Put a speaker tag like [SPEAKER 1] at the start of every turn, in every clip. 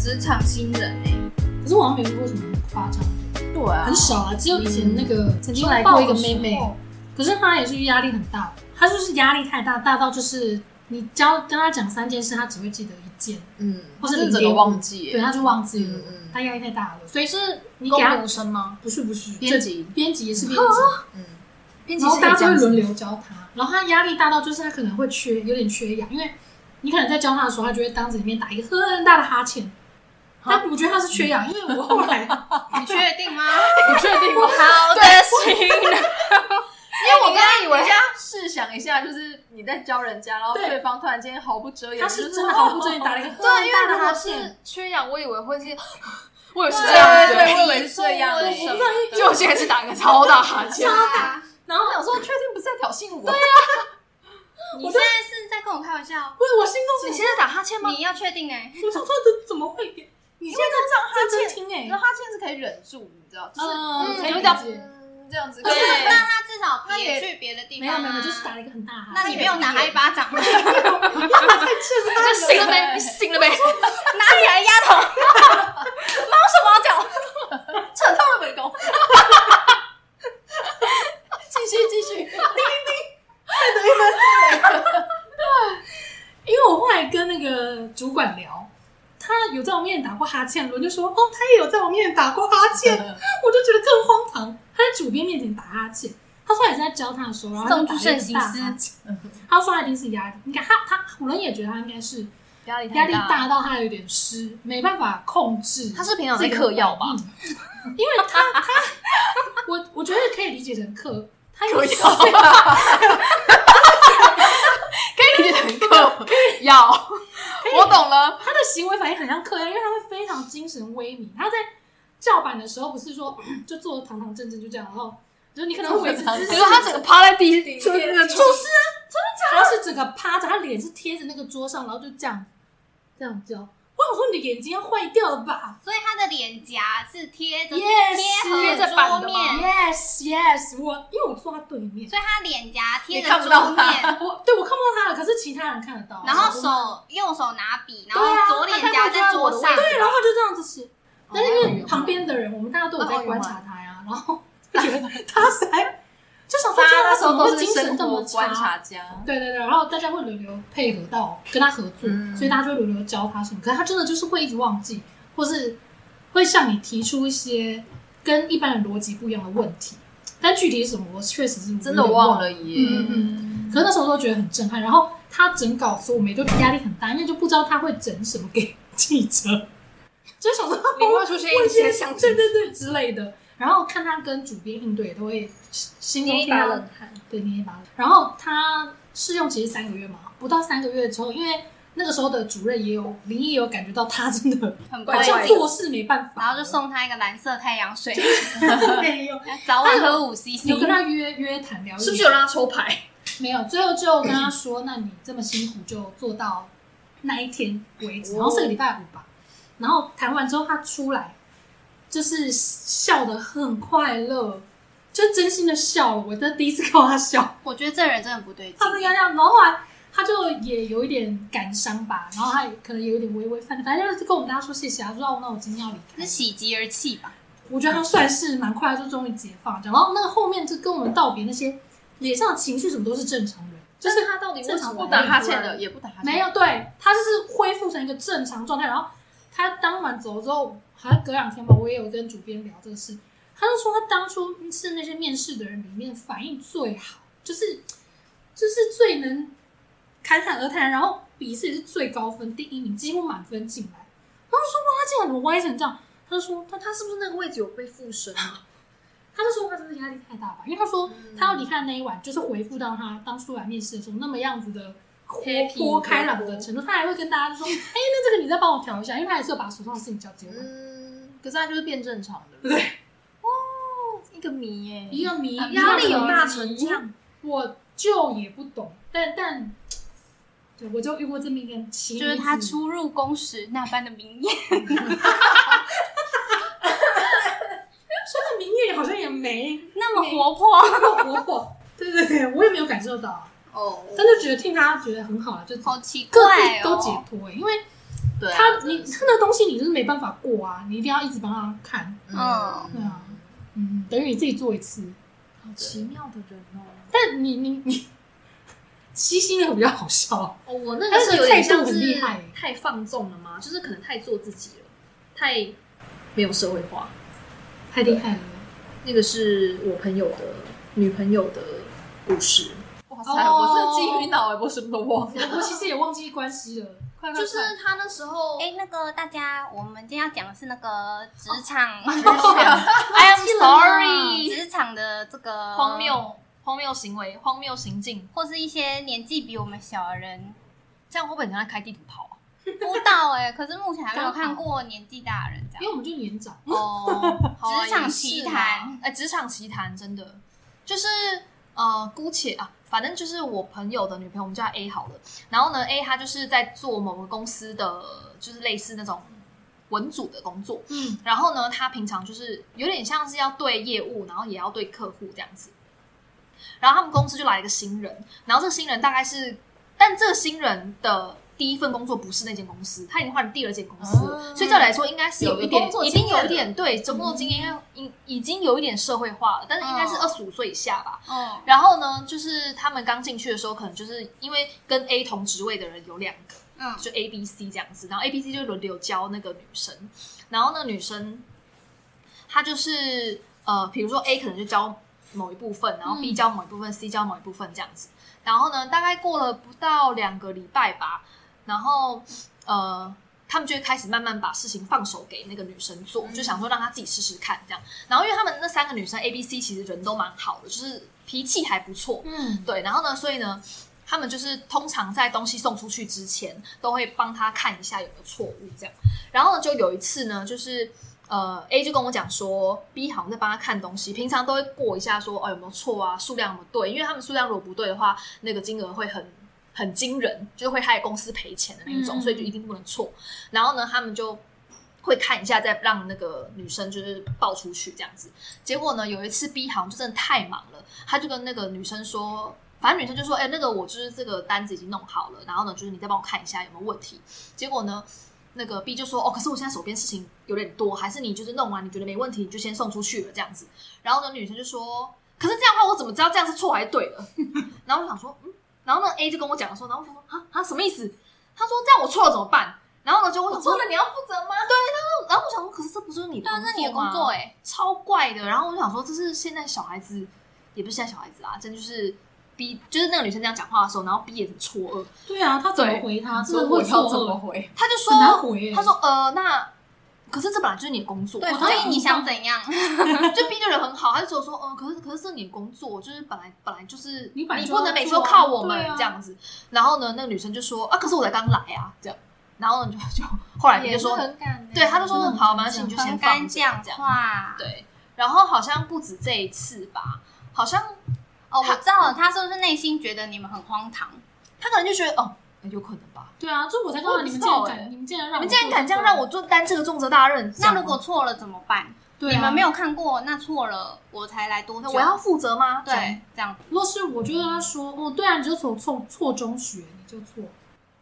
[SPEAKER 1] 职场新人哎、
[SPEAKER 2] 可是我好像没遇过什么很夸张的，
[SPEAKER 1] 对啊
[SPEAKER 2] 很少啊，只有以前那个曾
[SPEAKER 1] 曾经
[SPEAKER 2] 经
[SPEAKER 1] 来
[SPEAKER 2] 来
[SPEAKER 1] 过
[SPEAKER 2] 过
[SPEAKER 1] 一
[SPEAKER 2] 一
[SPEAKER 1] 个
[SPEAKER 2] 个
[SPEAKER 1] 妹
[SPEAKER 2] 妹
[SPEAKER 1] 妹
[SPEAKER 2] 妹，可是她也是压力很大的，她就是压力太大，大到就是你教跟她讲三件事，她只会记得一件，
[SPEAKER 1] 嗯，
[SPEAKER 2] 或是
[SPEAKER 1] 真的整
[SPEAKER 2] 零
[SPEAKER 1] 个
[SPEAKER 2] 点五
[SPEAKER 1] 忘记
[SPEAKER 2] 对，
[SPEAKER 1] 哎，
[SPEAKER 2] 她就忘记了
[SPEAKER 1] 嗯嗯，
[SPEAKER 2] 她压力太大了，所以是你给
[SPEAKER 3] 公
[SPEAKER 2] 她
[SPEAKER 3] 读生吗？
[SPEAKER 2] 不是不是
[SPEAKER 1] 编辑
[SPEAKER 2] 这编辑也是编辑，
[SPEAKER 1] 嗯，编辑
[SPEAKER 2] 然后
[SPEAKER 1] 是
[SPEAKER 2] 大
[SPEAKER 1] 可以
[SPEAKER 2] 家就
[SPEAKER 1] 这样
[SPEAKER 2] 会
[SPEAKER 1] 子
[SPEAKER 2] 轮流教她，然后她压力大到就是她可能会缺有点缺氧，因为你可能在教她的时候，她就会当着里面打一个很大的哈欠。但我觉得她是缺氧，因为我后来
[SPEAKER 3] 你确定吗？
[SPEAKER 2] 你确定吗？
[SPEAKER 3] 好的，行。
[SPEAKER 1] 因为我刚刚以
[SPEAKER 4] 哎
[SPEAKER 1] 为要试想一下，就是你在教人家，然后
[SPEAKER 2] 对
[SPEAKER 1] 对方突然间毫不遮掩，
[SPEAKER 2] 她
[SPEAKER 1] 就是
[SPEAKER 2] 真的 毫不遮掩打了一个很
[SPEAKER 3] 对，因为
[SPEAKER 2] 大
[SPEAKER 3] 如
[SPEAKER 2] 的哈
[SPEAKER 3] 果
[SPEAKER 2] 欠
[SPEAKER 3] 是。缺氧，我以为会是， 我也是
[SPEAKER 1] 对
[SPEAKER 3] 这
[SPEAKER 1] 对
[SPEAKER 3] 样子，
[SPEAKER 1] 对，我以为是这样，
[SPEAKER 3] 对
[SPEAKER 1] 什么
[SPEAKER 3] 就我现在是打一个超大哈欠。
[SPEAKER 2] 然后
[SPEAKER 1] 我想说，确定不是在挑衅我？对啊
[SPEAKER 3] 你
[SPEAKER 2] 我
[SPEAKER 3] 现
[SPEAKER 2] 就
[SPEAKER 3] 在是在跟我开玩笑？
[SPEAKER 2] 不是我心中
[SPEAKER 3] 你
[SPEAKER 2] 是，
[SPEAKER 3] 现在打哈欠吗？
[SPEAKER 4] 你要确定
[SPEAKER 3] 欸
[SPEAKER 4] 哎、
[SPEAKER 2] 我想说这怎么会？你现在这样认真听哎、
[SPEAKER 1] 那哈欠是可以忍住，你知道，就是
[SPEAKER 2] 嗯，
[SPEAKER 3] 可以
[SPEAKER 2] 有
[SPEAKER 3] 理
[SPEAKER 2] 点
[SPEAKER 3] 解
[SPEAKER 1] 嗯这样子，
[SPEAKER 4] 可是
[SPEAKER 1] 对
[SPEAKER 4] 那他至少
[SPEAKER 3] 他也
[SPEAKER 4] 也去别的地
[SPEAKER 2] 没
[SPEAKER 4] 方、啊、
[SPEAKER 2] 有没有，没有就是打。了一个很大哈。
[SPEAKER 4] 那你没有打他一巴掌吗？
[SPEAKER 3] 你醒了
[SPEAKER 1] 对
[SPEAKER 3] 没？你醒 了没？
[SPEAKER 4] 拿起来，丫头，毛手毛脚。
[SPEAKER 1] 扯透了本宫。 继续继续，
[SPEAKER 2] 因为我后来跟那个主管聊，他有在我面前打过哈欠，我就说哦，他也有在我面前打过哈欠，我就觉得更荒唐。他在主编面前打哈欠，他说也是在教他的时候，然后他就打了一个大哈欠。他说他一定是压力，你看他他胡伦也觉得他应该是
[SPEAKER 1] 压力
[SPEAKER 2] 压力，大到他有点失，没办法控制。
[SPEAKER 3] 是平常
[SPEAKER 2] 这个反应？因为他他，我我觉得可以理解成嗑，他有时候
[SPEAKER 3] 可以理解成课要，我懂了。
[SPEAKER 2] 他的行为反应很像嗑药，因为他会非常精神萎靡。他在叫板的时候不是说就坐得堂堂正正就这样，然后就是你可能会维持姿势，
[SPEAKER 3] 你说他整个趴在地
[SPEAKER 1] 顶
[SPEAKER 3] 上，
[SPEAKER 1] 天
[SPEAKER 3] 那个
[SPEAKER 1] 柱
[SPEAKER 3] 就是
[SPEAKER 2] 他是整个趴着，他脸是贴着那个桌上，然后就这样这样叫。我想说你的眼睛要坏掉了吧
[SPEAKER 4] 所以他的脸颊是贴着
[SPEAKER 2] ？Yes
[SPEAKER 3] 贴
[SPEAKER 4] 贴
[SPEAKER 3] 着
[SPEAKER 4] 合
[SPEAKER 3] 板
[SPEAKER 4] 桌
[SPEAKER 3] 的吗
[SPEAKER 4] 面，
[SPEAKER 2] Yes Yes，我因为我坐他对面，
[SPEAKER 4] 所以他脸颊贴着
[SPEAKER 1] 你看不
[SPEAKER 4] 桌
[SPEAKER 1] 到他
[SPEAKER 4] 面，
[SPEAKER 2] 我对我看不到他了，可是其他人看得到。
[SPEAKER 4] 然后手右手拿笔，然
[SPEAKER 2] 对啊
[SPEAKER 4] 后左脸颊在桌上。
[SPEAKER 2] 对，然后他就这样子写。但是因为
[SPEAKER 3] 哦
[SPEAKER 2] 旁边的人，我们大家都有在观察他呀，然后就觉得他是还就想说
[SPEAKER 1] 大
[SPEAKER 2] 这
[SPEAKER 1] 家
[SPEAKER 2] 样
[SPEAKER 1] 那
[SPEAKER 2] 他
[SPEAKER 1] 时
[SPEAKER 2] 怎
[SPEAKER 1] 候
[SPEAKER 2] 么
[SPEAKER 1] 都
[SPEAKER 2] 会
[SPEAKER 1] 是
[SPEAKER 2] 精神
[SPEAKER 1] 生
[SPEAKER 2] 这
[SPEAKER 1] 活
[SPEAKER 2] 么
[SPEAKER 1] 观
[SPEAKER 2] 差？
[SPEAKER 1] 察家，
[SPEAKER 2] 对对对，然后大家会轮流配合到跟他合作，
[SPEAKER 1] 嗯
[SPEAKER 2] 所以大家就会轮流教他什么。可是他真的就是会一直忘记，或是会向你提出一些跟一般人逻辑不一样的问题。但具体是什么，我确实是
[SPEAKER 1] 真的
[SPEAKER 2] 有点
[SPEAKER 1] 忘
[SPEAKER 2] 忘
[SPEAKER 1] 了
[SPEAKER 2] 嗯
[SPEAKER 1] 耶。
[SPEAKER 2] 嗯，可是那时候都觉得很震撼。然后他整稿的时候，我们也都压力很大，因为就不知道他会整什么给记者， 就想说
[SPEAKER 3] 你会出现一些像
[SPEAKER 2] 对对对之类的。然后看他跟主编应对，都会心中听到
[SPEAKER 3] 汗。
[SPEAKER 2] 对捏一把冷。然后他试用期是三个月嘛，不到三个月之后，因为那个时候的主任也有林毅也有感觉到他真的
[SPEAKER 4] 很乖
[SPEAKER 2] 好像
[SPEAKER 4] 乖。
[SPEAKER 2] 做事没办法，
[SPEAKER 4] 然后就送他一个蓝色太阳水，
[SPEAKER 2] 没有，
[SPEAKER 4] 早晚喝五 CC
[SPEAKER 2] 有。跟他约约谈聊一聊，
[SPEAKER 3] 是不是有让他抽牌？
[SPEAKER 2] 没有，最后就跟他说：“那你这么辛苦，就做到那一天为
[SPEAKER 3] 哦
[SPEAKER 2] 止。”然后是个礼拜五吧。然后谈完之后，他出来就是笑得很快乐，就真心的笑了。我这第一次看到他 笑，
[SPEAKER 4] 我觉得这人真的不对
[SPEAKER 2] 他
[SPEAKER 4] 劲
[SPEAKER 2] 不。应该这样。然后后来他就也有一点感伤吧，然后他也可能也有点微微犯，反正就是跟我们大家说谢谢啊，说哦，那我今天要离开
[SPEAKER 4] 是。喜极而泣吧？
[SPEAKER 2] 我觉得他算是蛮快，就终于解放这样。然后那个后面就跟我们道别那些脸上的情绪什么都是正常人，就
[SPEAKER 3] 就是是他到底为什么
[SPEAKER 1] 不打哈欠的？也不打哈欠，
[SPEAKER 2] 没有，对他就是恢复成一个正常状态。然后他当晚走之后，好像隔两天吧，我也有跟主编聊这个事，他就说他当初是那些面试的人里面反应最好，就是就是最能侃侃而谈，然后笔试也是最高分第一名，几乎满分进来。然后我说哇，他竟然怎么歪成这样？他就说他
[SPEAKER 3] 那他是不是那个位置有被附身啊？
[SPEAKER 2] 他就说他真的压力太大吧，因为他说他要离开的那一晚，就是回复到他当初来面试的时候那么样子的活
[SPEAKER 3] Happy
[SPEAKER 2] 泼开朗的程度，他还会跟大家说，哎、那这个你再帮我调一下，因为他也是有把手上的事情交接完。
[SPEAKER 1] 嗯，可是他就是变正常的，
[SPEAKER 2] 对，
[SPEAKER 1] 一个谜耶
[SPEAKER 2] 一个谜，
[SPEAKER 3] 压力有
[SPEAKER 2] 一个
[SPEAKER 3] 大
[SPEAKER 2] 谜
[SPEAKER 3] 成这样，
[SPEAKER 2] 我就也不懂，但但，对我就遇过这么一个奇，
[SPEAKER 4] 就是他，出入公时那般的明艳，
[SPEAKER 2] 说的明月好像也没
[SPEAKER 4] 那么活泼，
[SPEAKER 2] 那么活泼，对对对，我也没有感受到啊，
[SPEAKER 1] 哦，
[SPEAKER 2] 但就觉得听他觉得很好啊，就
[SPEAKER 4] 好奇
[SPEAKER 2] 各
[SPEAKER 4] 怪
[SPEAKER 2] 自都解
[SPEAKER 4] 哦。
[SPEAKER 2] 脱、欸因为
[SPEAKER 1] 对啊，
[SPEAKER 2] 他
[SPEAKER 1] 真的
[SPEAKER 2] 你
[SPEAKER 1] 是
[SPEAKER 2] 他那东西你就是没办法过啊，你一定要一直帮他看，
[SPEAKER 1] 嗯
[SPEAKER 2] 对啊，嗯，等于你自己做一次，
[SPEAKER 3] 好奇妙的人哦。
[SPEAKER 2] 但你你你， 七星那个比较好笑，
[SPEAKER 4] 哦，我那
[SPEAKER 2] 他
[SPEAKER 4] 个
[SPEAKER 2] 那个
[SPEAKER 4] 是有点
[SPEAKER 2] 态度
[SPEAKER 4] 像
[SPEAKER 2] 很
[SPEAKER 4] 是
[SPEAKER 2] 厉害
[SPEAKER 4] 太放纵了吗？就是可能太做自己了，太没有社会化。
[SPEAKER 2] 太厉害了。
[SPEAKER 4] 那个是我朋友的女朋友的故事，
[SPEAKER 1] 哇塞，
[SPEAKER 2] 哦
[SPEAKER 1] 哎我真的金鱼脑哎，我什么都忘了。
[SPEAKER 2] 我其实也忘记关系了，快快
[SPEAKER 4] 就是他那时候
[SPEAKER 5] 哎、那个大家，我们今天要讲的是那个职场，
[SPEAKER 3] I am
[SPEAKER 5] 职、
[SPEAKER 3] sorry，
[SPEAKER 5] 场的这个
[SPEAKER 4] 呃
[SPEAKER 3] 荒，谬荒谬行为，荒谬行径，
[SPEAKER 5] 或是一些年纪比我们小的人，
[SPEAKER 3] 这样会不会很像在开地图炮啊？
[SPEAKER 5] 不知道 哎、可是目前还没有看过年纪大的人这
[SPEAKER 2] 因为
[SPEAKER 5] 样。
[SPEAKER 2] 我们就年长，
[SPEAKER 3] 哦， 好啊
[SPEAKER 5] 职场奇谈，
[SPEAKER 3] 也是啦哎，职场奇谈真的就是呃，姑且啊，反正就是我朋友的女朋友，我们叫她 A 好了。然后呢，A 她就是在做某个公司的，就是类似那种文组的工作。
[SPEAKER 2] 嗯，
[SPEAKER 3] 然后呢，她平常就是有点像是要对业务，然后也要对客户这样子。然后他们公司就来了一个新人，然后这个新人大概是，但这个新人的第一份工作不是那间公司，他已经换了第二间公司了，所以照理来说应该是有一点
[SPEAKER 4] 有个工，作
[SPEAKER 3] 一
[SPEAKER 4] 经
[SPEAKER 3] 定
[SPEAKER 4] 验了
[SPEAKER 3] 有一点对工作经验，应该已已经有一点社会化了，但是应该是二十五岁以下吧。
[SPEAKER 5] 嗯，
[SPEAKER 3] 然后呢，就是他们刚进去的时候，可能就是因为跟 A 同职位的人有两个，
[SPEAKER 5] 嗯
[SPEAKER 3] 就 A、B、C 这样子，然后 A、B、C 就轮流教那个女生，然后那个女生她就是呃，比如说 A 可能就教某一部分，然后 B 教某一部分、c 教某一部分这样子，然后呢，大概过了不到两个礼拜吧，然后呃。他们就会开始慢慢把事情放手给那个女生做，就想说让她自己试试看这样。然后因为他们那三个女生 A、B、C 其实人都蛮好的，就是脾气还不错，
[SPEAKER 2] 嗯，
[SPEAKER 3] 对，然后呢，所以呢，他们就是通常在东西送出去之前，都会帮他看一下有没有错误这样。然后呢，就有一次呢，就是呃，A 就跟我讲说，B 好像在帮他看东西，平常都会过一下说，哦有没有错啊，数量有没有对，因为他们数量如果不对的话，那个金额会很。很惊人，就会害公司赔钱的那一种，
[SPEAKER 2] 嗯
[SPEAKER 3] 所以就一定不能错。然后呢，他们就会看一下，再让那个女生就是报出去这样子。结果呢，有一次 B 好像就真的太忙了，他就跟那个女生说，反正女生就说，哎、那个我就是这个单子已经弄好了，然后呢，就是你再帮我看一下有没有问题。结果呢，那个 B 就说，哦，可是我现在手边事情有点多，还是你就是弄完你觉得没问题，你就先送出去了这样子。然后呢，女生就说，可是这样的话我怎么知道这样是错还是对的？ 然后我想说，嗯，然后呢 A 就跟我讲说，然后我想说，啊啊什么意思？他说这样我错了怎么办？然后呢，就我想说，
[SPEAKER 4] 了你要负责吗？
[SPEAKER 3] 然后我想说，可是这不是你的
[SPEAKER 5] 对啊，
[SPEAKER 3] 工作
[SPEAKER 5] 那你的工
[SPEAKER 3] 吗
[SPEAKER 5] 作哎、
[SPEAKER 3] 超怪的。然后我就想说，这是现在小孩子，也不是现在小孩子啦，真的就是 B，就是那个女生这样讲话的时候，然后 B 也很错愕，
[SPEAKER 2] 对啊，他怎么回他？真的
[SPEAKER 1] 我
[SPEAKER 2] 会
[SPEAKER 1] 要
[SPEAKER 2] 错
[SPEAKER 1] 怎么
[SPEAKER 2] 愕，
[SPEAKER 1] 回？
[SPEAKER 3] 他就
[SPEAKER 2] 很难
[SPEAKER 3] 说，
[SPEAKER 2] 回耶。
[SPEAKER 3] 他说呃，那可是这本来就是你的工作，
[SPEAKER 5] 对，
[SPEAKER 2] 哦
[SPEAKER 5] 所
[SPEAKER 2] 他
[SPEAKER 5] 以
[SPEAKER 2] 很
[SPEAKER 5] 你想
[SPEAKER 2] 棒
[SPEAKER 5] 怎样？
[SPEAKER 3] 就 B 的人很好，他就只有说，嗯、可是可是这是你的工作，就是本来本来就是
[SPEAKER 2] 你本来就要
[SPEAKER 3] 不能每次都
[SPEAKER 2] 做啊
[SPEAKER 3] 靠我们
[SPEAKER 2] 对啊
[SPEAKER 3] 这样子。然后呢，那个女生就说啊，可是我才刚来啊，这样。然后呢，就就后来 B 就说，
[SPEAKER 4] 敢
[SPEAKER 3] 对，他就
[SPEAKER 2] 真
[SPEAKER 3] 说
[SPEAKER 2] 的很
[SPEAKER 3] 好，
[SPEAKER 2] 敢
[SPEAKER 3] 没关系，
[SPEAKER 2] 讲
[SPEAKER 3] 你就先
[SPEAKER 5] 很
[SPEAKER 3] 放着
[SPEAKER 5] 敢讲
[SPEAKER 3] 这样。
[SPEAKER 5] 话。
[SPEAKER 3] 对，然后好像不止这一次吧，好像
[SPEAKER 5] 哦，我知道了，他是不是内心觉得你们很荒唐？
[SPEAKER 3] 他可能就觉得哦，有可能吧。
[SPEAKER 2] 对啊，就我才
[SPEAKER 3] 我
[SPEAKER 2] 刚才
[SPEAKER 3] 也不
[SPEAKER 2] 你
[SPEAKER 3] 知
[SPEAKER 2] 们竟
[SPEAKER 3] 道
[SPEAKER 2] 然
[SPEAKER 3] 欸
[SPEAKER 2] 敢，你们竟然
[SPEAKER 3] 你
[SPEAKER 2] 让
[SPEAKER 3] 们竟然敢这样让我做担这个重责大任，
[SPEAKER 5] 那如果错了怎么办？
[SPEAKER 2] 对
[SPEAKER 5] 你
[SPEAKER 2] 啊
[SPEAKER 5] 们没有看过，那错了我才来多
[SPEAKER 3] 这样吗
[SPEAKER 5] 久？
[SPEAKER 3] 我要负责吗？这样
[SPEAKER 5] 对这样子，
[SPEAKER 2] 如果是我就跟他说，哦，对啊，你就从错错中学，你就错，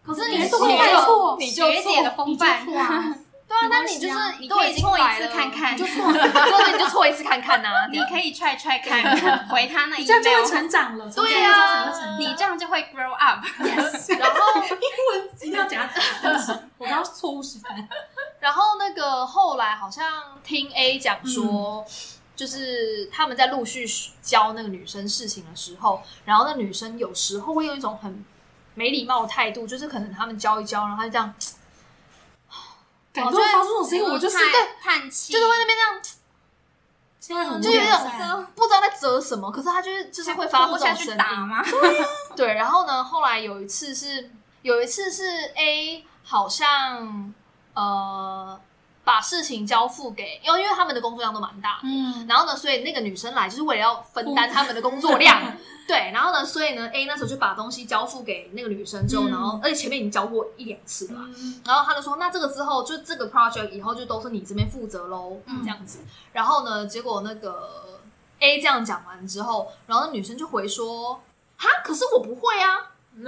[SPEAKER 3] 可是
[SPEAKER 2] 你
[SPEAKER 3] 你
[SPEAKER 2] 都会
[SPEAKER 3] 写
[SPEAKER 2] 犯
[SPEAKER 3] 了
[SPEAKER 2] 错，
[SPEAKER 1] 你就
[SPEAKER 5] 学姐的
[SPEAKER 2] 你
[SPEAKER 5] 风
[SPEAKER 2] 就
[SPEAKER 5] 范。
[SPEAKER 2] 错 啊，
[SPEAKER 3] 对啊，
[SPEAKER 2] 没
[SPEAKER 3] 但
[SPEAKER 2] 关
[SPEAKER 3] 你就
[SPEAKER 2] 系啊
[SPEAKER 3] 是
[SPEAKER 5] 你
[SPEAKER 3] 都
[SPEAKER 5] 可
[SPEAKER 3] 已
[SPEAKER 5] 以
[SPEAKER 3] 经
[SPEAKER 5] 错一
[SPEAKER 3] 来
[SPEAKER 5] 次
[SPEAKER 3] 了
[SPEAKER 5] 看，看，
[SPEAKER 3] 就错， 对，你就错一次看看啊 呐。这
[SPEAKER 5] 你
[SPEAKER 3] 样
[SPEAKER 5] 可以踹踹看，回他那
[SPEAKER 2] 你
[SPEAKER 5] 一
[SPEAKER 2] 这样就会
[SPEAKER 5] m
[SPEAKER 2] 成长了，
[SPEAKER 3] 对啊
[SPEAKER 2] 呀，才会成
[SPEAKER 5] 你
[SPEAKER 2] 长。
[SPEAKER 5] 这样就会 grow up。
[SPEAKER 3] 然后
[SPEAKER 2] 一定要夹子，对不起我刚刚错误示范。
[SPEAKER 3] 然后那个后来好像听 A 讲说，就是他们在陆续教那个女生事情的时候，然后那女生有时候会用一种很没礼貌的态度，就是可能他们教一教，然后她就这样，
[SPEAKER 2] 感觉发出这种声音，我就是
[SPEAKER 5] 对叹气，
[SPEAKER 3] 就是会在那边这样，
[SPEAKER 2] 现在很
[SPEAKER 3] 就是有一
[SPEAKER 2] 无奈
[SPEAKER 3] 种不知道在折什么，可是她就是就是会发出
[SPEAKER 5] 活
[SPEAKER 3] 这
[SPEAKER 5] 下
[SPEAKER 3] 种
[SPEAKER 5] 去
[SPEAKER 3] 声
[SPEAKER 5] 打
[SPEAKER 3] 音。
[SPEAKER 5] 吗？
[SPEAKER 3] 对，然后呢，后来有一次是有一次是 A 好像呃把事情交付给，因为因为他们的工作量都蛮大的，
[SPEAKER 2] 嗯，
[SPEAKER 3] 然后呢，所以那个女生来就是为了要分担他们的工作量，对。然后呢，所以呢，A 那时候就把东西交付给那个女生之后，
[SPEAKER 2] 嗯
[SPEAKER 3] 然后而且前面已经交过一两次了嘛，然后他就说，那这个之后就这个 project 以后就都是你这边负责喽，这样子。然后呢，结果那个 A 这样讲完之后，然后那女生就回说，哈，可是我不会啊。
[SPEAKER 1] 嗯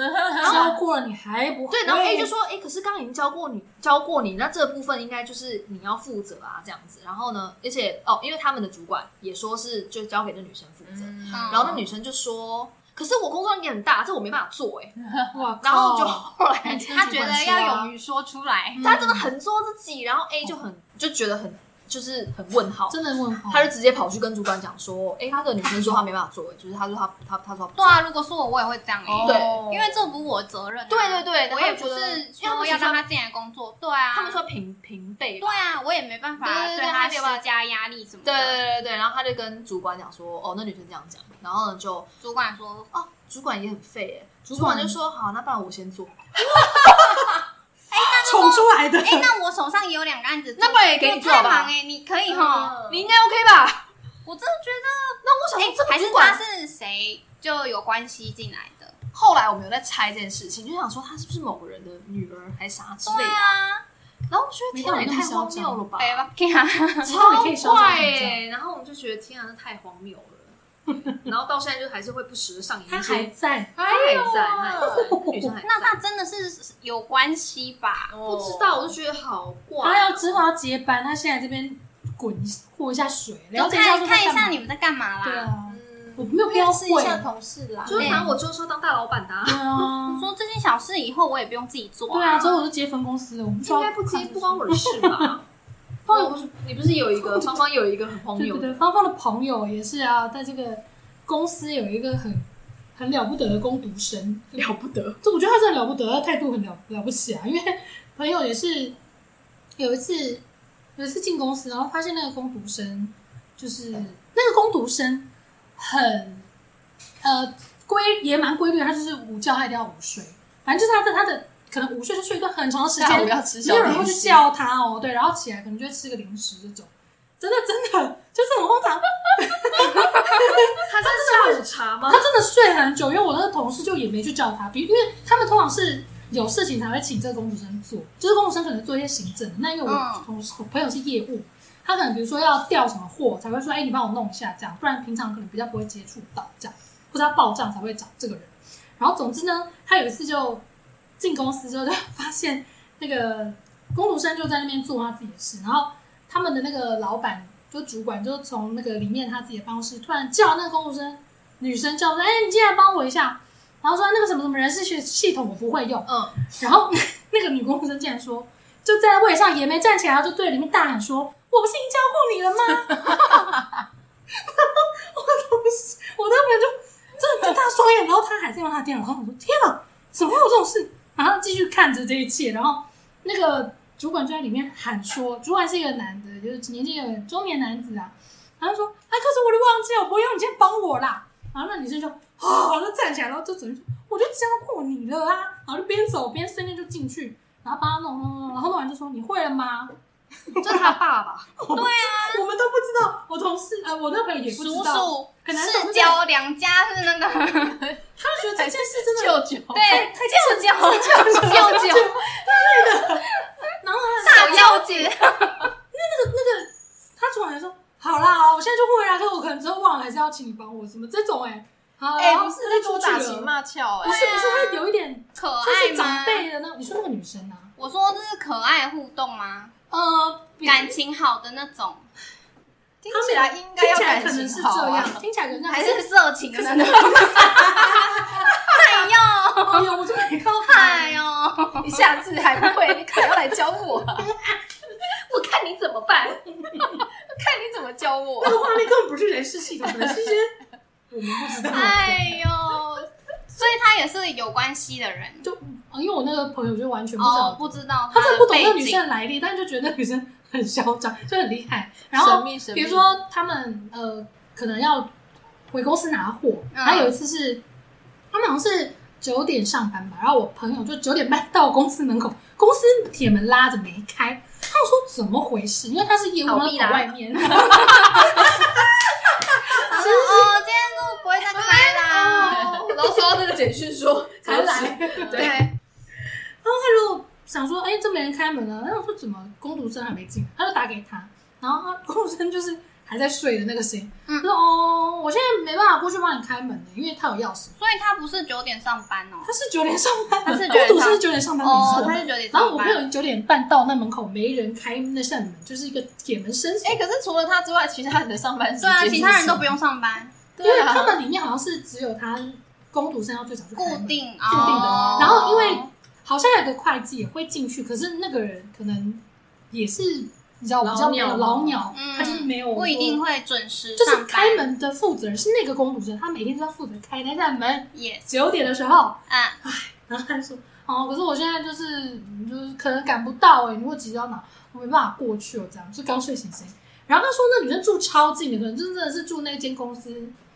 [SPEAKER 2] 教过了你还不会，
[SPEAKER 3] 对，然后 A 就说，哎、可是刚刚已经教过你，教过你，那这部分应该就是你要负责啊，这样子。然后呢，而且哦，因为他们的主管也说是就交给这女生负责，
[SPEAKER 1] 嗯
[SPEAKER 5] 然
[SPEAKER 3] 然后那女生就说，可是我工作量也很大，这我没办法做哎、
[SPEAKER 2] 哇靠，
[SPEAKER 3] 然后就
[SPEAKER 5] 哦
[SPEAKER 3] 后来
[SPEAKER 5] 他觉得要勇
[SPEAKER 2] 于，
[SPEAKER 5] 于说啊出来，
[SPEAKER 3] 他真的很做自己，然后 A 就很就觉得很就是很问号，
[SPEAKER 2] 真的问号，
[SPEAKER 3] 他就直接跑去跟主管讲说，哎、那个女生说她没办法做、欸，就是她说她她她说她不
[SPEAKER 5] 对啊，如果说我，我也会这样哎，
[SPEAKER 3] 对
[SPEAKER 5] 因为这不是我责任啊，
[SPEAKER 3] 哦对对对，然后
[SPEAKER 5] 我也
[SPEAKER 3] 觉
[SPEAKER 5] 不
[SPEAKER 3] 得因
[SPEAKER 5] 是
[SPEAKER 3] 为他
[SPEAKER 5] 说
[SPEAKER 3] 们
[SPEAKER 5] 要
[SPEAKER 3] 说
[SPEAKER 5] 让他进来工作，对啊，
[SPEAKER 3] 他们说平平辈吧
[SPEAKER 5] 对啊，我也没办法
[SPEAKER 3] 对对对
[SPEAKER 5] 他
[SPEAKER 3] 他没有办法
[SPEAKER 5] 施加压力什么
[SPEAKER 3] 对对
[SPEAKER 5] 的。
[SPEAKER 3] 对对对，然后他就跟主管讲说，哦，那女生这样讲，然后呢就
[SPEAKER 5] 主管说
[SPEAKER 3] 哦，主管也很废耶，主
[SPEAKER 2] 管
[SPEAKER 3] 管就说好，那不然我先做，
[SPEAKER 2] 宠出来的，：“
[SPEAKER 5] 哎那我手上也有两个案子 做，
[SPEAKER 3] 那不啊然也给你做
[SPEAKER 5] 我太
[SPEAKER 3] 吧嗯
[SPEAKER 5] 忙哎，你可以哈。
[SPEAKER 3] 你应该 OK 吧？
[SPEAKER 5] 我真的觉得，
[SPEAKER 3] 那我想
[SPEAKER 5] 哎
[SPEAKER 3] 说，这，
[SPEAKER 5] 还
[SPEAKER 3] 个
[SPEAKER 5] 是
[SPEAKER 3] 主
[SPEAKER 5] 他
[SPEAKER 3] 管，
[SPEAKER 5] 是谁就有关系进来的？
[SPEAKER 3] 后来我们有在猜这件事情，就想说她是不是某个人的女儿还是啥之类
[SPEAKER 5] 对
[SPEAKER 3] 的，
[SPEAKER 5] 啊，
[SPEAKER 3] 然后我觉得
[SPEAKER 2] 没
[SPEAKER 3] 天
[SPEAKER 2] 到
[SPEAKER 3] 哪，也
[SPEAKER 2] 那么
[SPEAKER 3] 太
[SPEAKER 2] 嚣
[SPEAKER 3] 荒谬
[SPEAKER 2] 张
[SPEAKER 3] 了吧，
[SPEAKER 5] 对吧？对啊，
[SPEAKER 2] 之后你可以
[SPEAKER 3] 超
[SPEAKER 2] 嚣张
[SPEAKER 3] 怪欸
[SPEAKER 2] 成这样
[SPEAKER 3] 耶，然后我们就觉得天啊，这太荒谬了， 然后到现在就还是会不时的上演
[SPEAKER 2] 他
[SPEAKER 3] 一些
[SPEAKER 2] 还在，
[SPEAKER 3] 她还在，她还在， 那女生还在。
[SPEAKER 5] 那他真的是有关系吧？
[SPEAKER 2] 哦
[SPEAKER 3] 不知道，我就觉得好怪。
[SPEAKER 2] 他要之后要接班，他现在这边滚过一下水，了
[SPEAKER 5] 就
[SPEAKER 2] 解一下
[SPEAKER 5] 看
[SPEAKER 2] 说
[SPEAKER 5] 看一
[SPEAKER 2] 在
[SPEAKER 5] 下
[SPEAKER 2] 干嘛，
[SPEAKER 5] 你们在干嘛
[SPEAKER 2] 对
[SPEAKER 5] 啦。
[SPEAKER 2] 啊，我
[SPEAKER 3] 嗯，
[SPEAKER 2] 没有必要会，啊
[SPEAKER 4] 同事啦
[SPEAKER 3] 就是反正我就是要当大老板的、 啊，
[SPEAKER 2] 对啊
[SPEAKER 5] 你，说这件小事以后我也不用自己做
[SPEAKER 2] 对啊，之后我就接分公司了，我们需
[SPEAKER 3] 应
[SPEAKER 2] 要
[SPEAKER 3] 该不
[SPEAKER 2] 看这
[SPEAKER 3] 接不
[SPEAKER 2] 些
[SPEAKER 3] 关我的事 吧？
[SPEAKER 2] 方
[SPEAKER 3] 我不是你不是有一 个芳芳有一个很荒
[SPEAKER 2] 对
[SPEAKER 3] 谬
[SPEAKER 2] 对
[SPEAKER 3] 的，
[SPEAKER 2] 对，芳芳的朋友也是啊，在这个公司有一个很很了不得的攻读生，
[SPEAKER 3] 了不得，
[SPEAKER 2] 这我觉得他真的了不得，他态度很了了不起啊。因为朋友也是有一次有一次进公司，然后发现那个攻读生就是那个攻读生很呃规也蛮规律的，他就是午觉他一定要午睡，反正就是他在他的可能午睡就睡一段很长的时间，
[SPEAKER 1] 下午要吃小
[SPEAKER 2] 没有人会
[SPEAKER 1] 点
[SPEAKER 2] 去
[SPEAKER 1] 心
[SPEAKER 2] 叫他哦，对，然后起来可能就会吃个零食这种，真的真的就是很荒唐。
[SPEAKER 3] 他在下午茶吗
[SPEAKER 2] 他？真的睡很久，因为我那个同事就也没去叫他，比因为他们通常是有事情才会请这个工读生做，就是工读生可能做一些行政，那因为我
[SPEAKER 5] 嗯
[SPEAKER 2] 同事、我朋友是业务，他可能比如说要调什么货，才会说哎、你帮我弄一下这样，不然平常可能比较不会接触到这样，或者他报账才会找这个人。然后总之呢，他有一次就进公司之后就发现那个工读生就在那边做他自己的事，然后他们的那个老板就主管就从那个里面他自己的办公室突然叫那个工读生女生叫说：“哎、你进来帮我一下。”然后说哎那个什么什么人事系系统我不会用。
[SPEAKER 3] 嗯，
[SPEAKER 2] 然后那个女工读生竟然说，就站在位上也没站起来，然后就对里面大喊说：“我不是已经教过你了吗？” 然后我同事，我那朋友就真的瞪大双眼，然后他还在用他的电脑。然后我说：“天哪，怎么会有这种事？”然后继续看着这一切，然后那个主管就在里面喊说：“主管是一个男的，就是年纪的中年男子啊。”然后说：“啊，可是我就忘记了，我不会用，你先帮我啦。”然后那女生就啊、就站起来，然后就走进去，我就教过你了啊。然后就边走边顺便就进去，然后帮他弄弄弄弄，然后弄完就说：“你会了吗
[SPEAKER 3] 就是他爸 爸，？”
[SPEAKER 2] 我们都不知道，我同事呃，我那朋友也不知
[SPEAKER 5] 叔
[SPEAKER 2] 道，
[SPEAKER 5] 叔
[SPEAKER 2] 很难懂
[SPEAKER 5] 世交两家是 那个
[SPEAKER 2] 他就觉得这件事真的
[SPEAKER 1] 舅舅，
[SPEAKER 5] 对
[SPEAKER 2] 太太
[SPEAKER 5] 舅舅
[SPEAKER 3] 舅舅，
[SPEAKER 5] 大小姐，
[SPEAKER 2] 他主管还说：“好啦，好啦我现在就会啦，可是我可能之后忘了，还是要请你帮我什么这种哎、欸。”好，
[SPEAKER 1] 哎、
[SPEAKER 2] 欸然后
[SPEAKER 1] 不是
[SPEAKER 2] 他
[SPEAKER 1] 在
[SPEAKER 2] 就
[SPEAKER 1] 多
[SPEAKER 2] 出
[SPEAKER 1] 打
[SPEAKER 2] 去
[SPEAKER 1] 情
[SPEAKER 2] 了，
[SPEAKER 1] 骂俏哎、
[SPEAKER 2] 不是不是，他有一点呃
[SPEAKER 5] 可
[SPEAKER 2] 就
[SPEAKER 5] 爱
[SPEAKER 2] 是
[SPEAKER 5] 吗
[SPEAKER 2] 长？辈的那，你说那个女生啊，
[SPEAKER 5] 我说这是可爱互动吗？
[SPEAKER 2] 呃，比
[SPEAKER 5] 感情好的那种，
[SPEAKER 1] 听
[SPEAKER 2] 他们
[SPEAKER 1] 起来应该
[SPEAKER 2] 听
[SPEAKER 1] 要
[SPEAKER 2] 起来
[SPEAKER 1] 感
[SPEAKER 2] 可能是
[SPEAKER 1] 情好
[SPEAKER 2] 这
[SPEAKER 1] 啊。
[SPEAKER 2] 样，听起来可能
[SPEAKER 5] 还
[SPEAKER 2] 是
[SPEAKER 5] 是色情的那种？ 哎 呦
[SPEAKER 2] 哎呦，我就没看到
[SPEAKER 5] 哎呦，
[SPEAKER 1] 你下次还不会，你可能要来教 我、啊，
[SPEAKER 3] 我看你怎么 办？
[SPEAKER 1] 看你怎么教我
[SPEAKER 2] 那。个画面根本不是人事系统，可能是一些我们不知道。
[SPEAKER 5] 哎呦，所以他也是有关系的人
[SPEAKER 2] 就啊，因为我那个朋友就完全不知
[SPEAKER 5] 哦
[SPEAKER 2] 道，，
[SPEAKER 5] 不知道
[SPEAKER 2] 他真的
[SPEAKER 5] 的
[SPEAKER 2] 不懂
[SPEAKER 5] 背
[SPEAKER 2] 那个女
[SPEAKER 5] 景
[SPEAKER 2] 生的来历，但就觉得那女生很嚣张，就很厉害。然后
[SPEAKER 1] 神秘神秘
[SPEAKER 2] 比如说他们呃，可能要回公司拿货，
[SPEAKER 5] 嗯
[SPEAKER 2] 然后有一次是他们好像是九点上班吧，然后我朋友就九点半到公司门口，公司铁门拉着没开，他们说怎么回事？因为他是业务，
[SPEAKER 3] 倒
[SPEAKER 2] 他
[SPEAKER 3] 闭
[SPEAKER 2] 跑
[SPEAKER 3] 啦
[SPEAKER 2] 外面，
[SPEAKER 5] 他说哦，今天路不会再开啦。
[SPEAKER 3] 然后收到那个简讯说
[SPEAKER 2] 才来。
[SPEAKER 3] 对，
[SPEAKER 2] 然后他就想说，哎、这没人开门啊。然后我说怎么工读生还没进？他就打给他，然后他工读生就是还在睡的那个谁，
[SPEAKER 5] 嗯
[SPEAKER 2] 他说哦，我我现在没办法过去帮你开门的，因为他有钥匙。
[SPEAKER 5] 所以他不是九点上班哦，
[SPEAKER 2] 他是九点上班的，
[SPEAKER 5] 他是9
[SPEAKER 2] 孤
[SPEAKER 5] 点
[SPEAKER 2] 独
[SPEAKER 5] 上
[SPEAKER 2] 是九点上班没
[SPEAKER 5] 哦，
[SPEAKER 2] 错。
[SPEAKER 5] 他是九点
[SPEAKER 2] 然后
[SPEAKER 5] 上
[SPEAKER 2] 我
[SPEAKER 5] 班
[SPEAKER 2] 朋。友九点半到那门口，没人开那扇门，就是一个铁门生死。
[SPEAKER 3] 哎、可是除了他之外，其他人的上班时
[SPEAKER 5] 对
[SPEAKER 3] 间
[SPEAKER 5] 啊，
[SPEAKER 3] 是
[SPEAKER 5] 其他人都不用上班，
[SPEAKER 2] 因为
[SPEAKER 3] 对
[SPEAKER 2] 他
[SPEAKER 3] 啊，
[SPEAKER 2] 们里面好像是只有他工读生要最早去开门
[SPEAKER 5] 固定
[SPEAKER 2] 固定的
[SPEAKER 5] 哦。
[SPEAKER 2] 然后因为好像有个会计也会进去，可是那个人可能也是你知道
[SPEAKER 4] 老
[SPEAKER 2] 比较没有
[SPEAKER 4] 鸟
[SPEAKER 2] 老鸟，
[SPEAKER 5] 嗯
[SPEAKER 2] 他就是没有
[SPEAKER 5] 不一
[SPEAKER 2] 说
[SPEAKER 5] 定会准时
[SPEAKER 2] 就是
[SPEAKER 5] 上
[SPEAKER 2] 开
[SPEAKER 5] 班。
[SPEAKER 2] 门的负责人是那个工读生，他每天都要负责开那扇门。
[SPEAKER 5] 也
[SPEAKER 2] 九点的时候，
[SPEAKER 5] 啊，
[SPEAKER 2] 然后他说：“哦，可是我现在就是嗯就是可能赶不到哎、欸，你会急到哪？我没办法过去哦，这样就刚睡醒醒。”然后他说：“那女生住超近的，可能真的是住那间公司，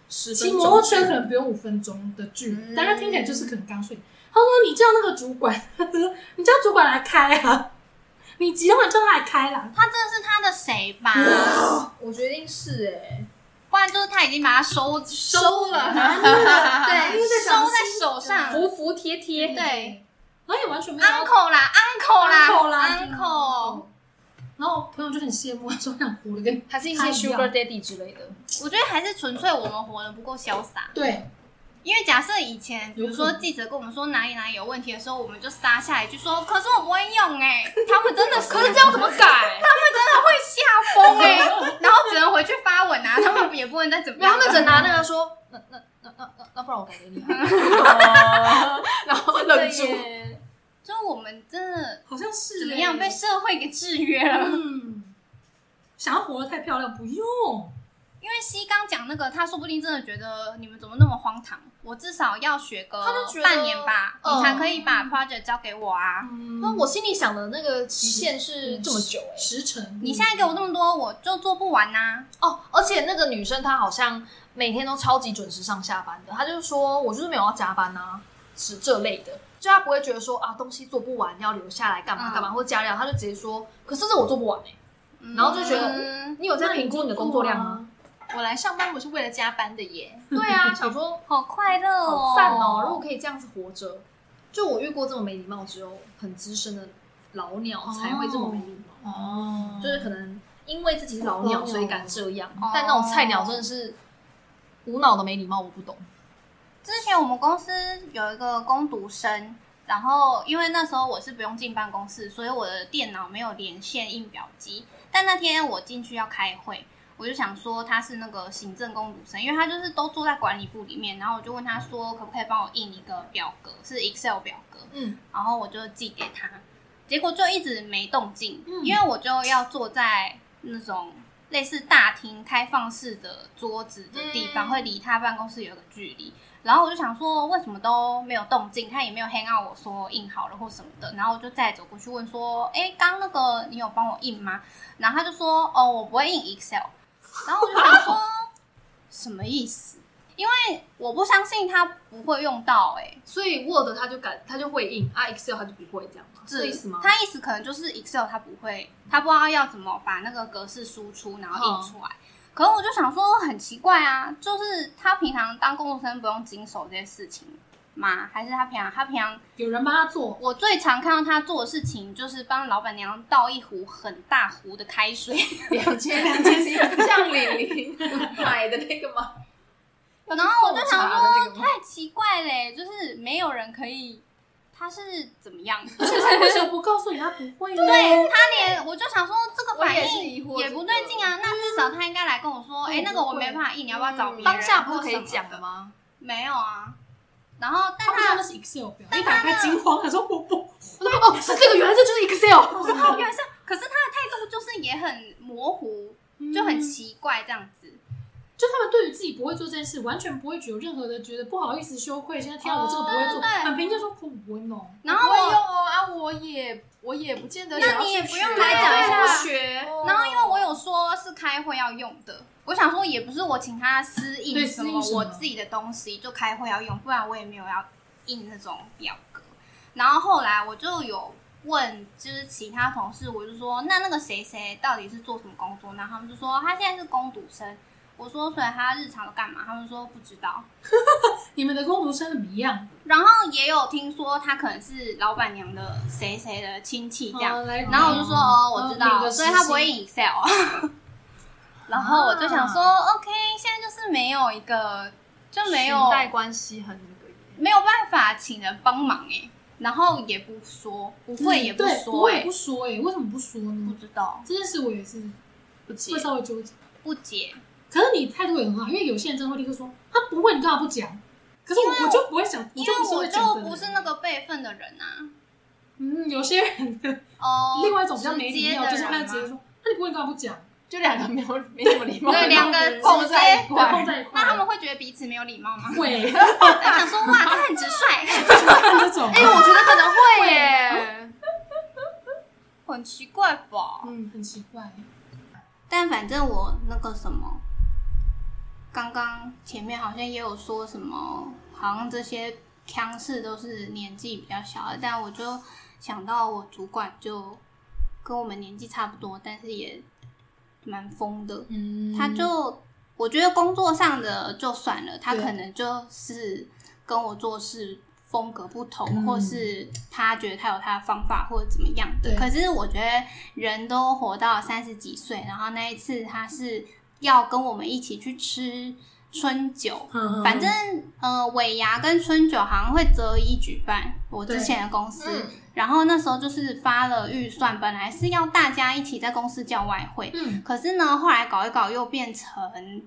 [SPEAKER 4] 十分
[SPEAKER 2] 骑
[SPEAKER 4] 钟
[SPEAKER 2] 摩托车可能不用五分钟的距离，
[SPEAKER 5] 嗯
[SPEAKER 2] 但他听起来就是可能刚睡。”他说：“哦你叫那个主管， 你叫主管来开啊， 你急的话你叫他来开啦。
[SPEAKER 5] 他真的是他的谁 吧？
[SPEAKER 4] 我决定是哎、
[SPEAKER 5] 不然就是他已经把他收收了，对，收在手上。
[SPEAKER 4] 服服帖帖，
[SPEAKER 5] 对
[SPEAKER 2] 然后也完全没有要
[SPEAKER 5] ，uncle 啦，uncle
[SPEAKER 2] 嗯
[SPEAKER 5] 啦
[SPEAKER 2] uncle 啦
[SPEAKER 5] ，uncle。
[SPEAKER 2] 然后我朋友就很羡慕，他说：“想活的跟
[SPEAKER 3] 还是一些
[SPEAKER 2] 他一样
[SPEAKER 3] Sugar Daddy 之类的。
[SPEAKER 5] 我觉得还是纯粹我们活得不够潇洒。
[SPEAKER 2] 对
[SPEAKER 5] 因为假设以前，比如
[SPEAKER 2] 有
[SPEAKER 5] 说
[SPEAKER 2] 可能
[SPEAKER 5] 记者跟我们说哪里哪里有问题的时候，我们就撒下一句说：“可是我不会用哎、 他们真的是，可是这样怎么改？他们真的会吓疯
[SPEAKER 3] 欸
[SPEAKER 5] 哎、 然后只能回去发文啊，他们也不能再怎么
[SPEAKER 3] 没有，
[SPEAKER 5] 样啊
[SPEAKER 3] 他
[SPEAKER 5] 了。
[SPEAKER 3] 们只拿那个说，那那那那那那，不然我改给你、啊。然后愣住，
[SPEAKER 5] 就是我们真的
[SPEAKER 2] 好像是
[SPEAKER 5] 怎么
[SPEAKER 2] 欸
[SPEAKER 5] 样被社会给制约 了。
[SPEAKER 2] 嗯，想要活得太漂亮，不用。
[SPEAKER 5] 因为西刚讲那个，他说不定真的觉得你们怎么那么荒唐，我至少要学个
[SPEAKER 3] 他就觉得
[SPEAKER 5] 半年吧，
[SPEAKER 3] 嗯
[SPEAKER 5] 你才可以把 project 交给我啊。
[SPEAKER 2] 嗯
[SPEAKER 3] 那我心里想的那个期限是这么久哎、
[SPEAKER 2] 时辰，
[SPEAKER 5] 你现在给我那么多，我就做不完啊呐、
[SPEAKER 3] 哦，而且那个女生她好像每天都超级准时上下班的，她就说我就是没有要加班啊，是这类的，就她不会觉得说啊东西做不完要留下来干嘛
[SPEAKER 5] 嗯
[SPEAKER 3] 干嘛、或加料，她就直接说，可是这我做不完哎、
[SPEAKER 5] 嗯
[SPEAKER 3] 然后就觉得你有在
[SPEAKER 2] 那
[SPEAKER 3] 评
[SPEAKER 2] 就
[SPEAKER 3] 估你的工作量吗？我来上班我是为了加班的耶。对啊，想说
[SPEAKER 5] 好快乐哦，
[SPEAKER 3] 好赞哦，如果可以这样子活着，就我遇过这么没礼貌只有很资深的老鸟才会这么没礼
[SPEAKER 2] 做
[SPEAKER 3] 貌。
[SPEAKER 2] 啊？哦，
[SPEAKER 3] 就是可 能因为自己是老鸟，
[SPEAKER 2] 老鸟
[SPEAKER 3] 所以敢这样。
[SPEAKER 5] 哦
[SPEAKER 3] 但那种菜鸟真的是无脑的没礼貌，我不懂。
[SPEAKER 5] 之前我们公司有一个工读生，然后因为那时候我是不用进办公室，所以我的电脑没有连线印表机。但那天我进去要开会，我就想说他是那个行政工读生，因为他就是都坐在管理部里面，然后我就问他说可不可以帮我印一个表格，是 Excel 表格，
[SPEAKER 3] 嗯，
[SPEAKER 5] 然后我就寄给他，结果就一直没动静，
[SPEAKER 3] 嗯
[SPEAKER 5] 因为我就要坐在那种类似大厅开放式的桌子的地方，
[SPEAKER 3] 嗯
[SPEAKER 5] 会离他办公室有个距离。然后我就想说，为什么都没有动静？他也没有 hang out 我说印好了或什么的。然后我就再走过去问说：“哎，刚那个你有帮我印吗？”然后他就说：“哦，我不会印 Excel。”然后我就想说，什么意思？因为我不相信他不会用到、欸，哎，
[SPEAKER 3] 所以 Word 他就敢，他就会印啊，Excel 他就不会这样吗？
[SPEAKER 5] 字
[SPEAKER 3] 这意思吗？
[SPEAKER 5] 他意思可能就是 Excel 他不会，他不知道要怎么把那个格式输出，然
[SPEAKER 3] 嗯
[SPEAKER 5] 后印出来。可是我就想说，很奇怪啊，就是他平常当工读生不用经手这些事情吗？还是他平常他平常
[SPEAKER 2] 有人帮他做，
[SPEAKER 5] 我最常看到他做的事情就是帮老板娘倒一壶很大壶的开水，
[SPEAKER 1] 两千两千像李玲 买的那个吗？
[SPEAKER 5] 然后我就
[SPEAKER 1] 奉
[SPEAKER 5] 想
[SPEAKER 1] 茶的那
[SPEAKER 5] 说
[SPEAKER 1] 个吗
[SPEAKER 5] 太奇怪嘞，就是没有人可以，他是怎么样？
[SPEAKER 2] 可是为什么不告诉你他不会呢？对，
[SPEAKER 5] 他连我就想说这个反应也不对劲啊，那至少他应该来跟我说，哎、那个我没办法印，你要不要找别人？
[SPEAKER 3] 当下不是可以讲的
[SPEAKER 5] 吗？
[SPEAKER 3] 吗？
[SPEAKER 5] 没有啊，然后但
[SPEAKER 2] 他不知道
[SPEAKER 5] 他
[SPEAKER 2] 那是 Excel 表，一打开惊慌，他说我不，
[SPEAKER 3] 哦，是这个，原来这就是 Excel。
[SPEAKER 5] 他原来是，可是他的态度就是也很模糊，就很
[SPEAKER 2] 嗯
[SPEAKER 5] 奇怪这样子。
[SPEAKER 2] 就他们对于自己不会做这件事，完全不会有任何的觉得不好意思、羞愧。现在听到我这个不会
[SPEAKER 5] 对
[SPEAKER 2] 做，
[SPEAKER 5] 嗯对对
[SPEAKER 2] 很平静地说我不会弄。
[SPEAKER 5] 然后
[SPEAKER 1] 我也
[SPEAKER 5] 我
[SPEAKER 1] 用哦啊，我也我也不见得想要去学。啊
[SPEAKER 5] 那你也不用来讲一下
[SPEAKER 1] 不学。
[SPEAKER 2] 哦
[SPEAKER 5] 然后因为我有说是开会要用的，我想说也不是我请他私印
[SPEAKER 2] 对
[SPEAKER 5] 什
[SPEAKER 2] 私印
[SPEAKER 5] 么
[SPEAKER 2] 什么
[SPEAKER 5] 我自己的东西，就开会要用，不然我也没有要印那种表格。然后后来我就有问，就是其他同事，我就说那那个谁谁到底是做什么工作？然后他们就说他现在是工读生。我说所以他日常都干嘛？他们说不知道。
[SPEAKER 2] 你们的工读生很一样，
[SPEAKER 5] 然后也有听说他可能是老板娘的谁谁的亲戚这样。
[SPEAKER 2] 哦来
[SPEAKER 5] 然后我就说哦，我知
[SPEAKER 2] 领
[SPEAKER 5] 道，
[SPEAKER 2] 个
[SPEAKER 5] 所
[SPEAKER 2] 时
[SPEAKER 5] 以
[SPEAKER 2] 薪
[SPEAKER 5] 他不会印 Excel。 然后我就想说、o
[SPEAKER 2] 啊
[SPEAKER 5] k 现在就是没有一个就没有
[SPEAKER 4] 裙带关系很那个耶。
[SPEAKER 5] 没有办法请人帮忙哎、然后也不说，不会也
[SPEAKER 2] 嗯
[SPEAKER 5] 不
[SPEAKER 2] 对，
[SPEAKER 5] 说
[SPEAKER 2] 我
[SPEAKER 5] 哎、
[SPEAKER 2] 也不说哎、为什么不说
[SPEAKER 5] 不
[SPEAKER 2] 呢？
[SPEAKER 5] 知道
[SPEAKER 2] 这件事我也是
[SPEAKER 4] 不解
[SPEAKER 2] 会稍微纠结。
[SPEAKER 5] 不解，
[SPEAKER 2] 可是你态度也很好，因为有些人真的会立刻说他不会，你干嘛不讲？可是我我就不会想，
[SPEAKER 5] 因
[SPEAKER 2] 就
[SPEAKER 5] 为
[SPEAKER 2] 不是
[SPEAKER 5] 我
[SPEAKER 2] 会讲
[SPEAKER 5] 就
[SPEAKER 2] 的人
[SPEAKER 5] 不是那个辈分的人啊。
[SPEAKER 2] 嗯，有些人的
[SPEAKER 5] 哦，
[SPEAKER 2] 另外一种比较没
[SPEAKER 5] 直
[SPEAKER 2] 礼
[SPEAKER 5] 接
[SPEAKER 2] 貌，
[SPEAKER 5] 的
[SPEAKER 2] 就是他
[SPEAKER 5] 人啊
[SPEAKER 2] 直接
[SPEAKER 5] 吗？
[SPEAKER 2] 说，那你不会你干嘛不讲？
[SPEAKER 1] 就两个没有没什么礼貌，
[SPEAKER 5] 对，两个
[SPEAKER 2] 然后
[SPEAKER 5] 直
[SPEAKER 1] 在
[SPEAKER 5] 接
[SPEAKER 1] 一
[SPEAKER 2] 对，
[SPEAKER 1] 块
[SPEAKER 2] 碰在一块，
[SPEAKER 5] 那他们会觉得彼此没有礼貌吗？
[SPEAKER 2] 会
[SPEAKER 5] 我想说，哇，他很直率，
[SPEAKER 2] 那种，
[SPEAKER 3] 哎、我觉得可能会耶。
[SPEAKER 5] 很奇怪吧？
[SPEAKER 2] 嗯，很奇怪。
[SPEAKER 5] 但反正我那个什么，刚刚前面好像也有说什么，好像这些腔事都是年纪比较小的，但我就想到我主管就跟我们年纪差不多，但是也蛮疯的。
[SPEAKER 2] 嗯
[SPEAKER 5] 他就我觉得工作上的就算了，他
[SPEAKER 2] 对
[SPEAKER 5] 可能就是跟我做事风格不同，
[SPEAKER 2] 嗯
[SPEAKER 5] 或是他觉得他有他的方法或者怎么样的。
[SPEAKER 2] 对
[SPEAKER 5] 可是我觉得人都活到三十几岁，然后那一次他是要跟我们一起去吃春酒，
[SPEAKER 2] 嗯嗯
[SPEAKER 5] 反正呃尾牙跟春酒好像会择一举办，我之前的公司。
[SPEAKER 2] 嗯
[SPEAKER 5] 然后那时候就是发了预算，本来是要大家一起在公司叫外汇，
[SPEAKER 2] 嗯
[SPEAKER 5] 可是呢，后来搞一搞又变成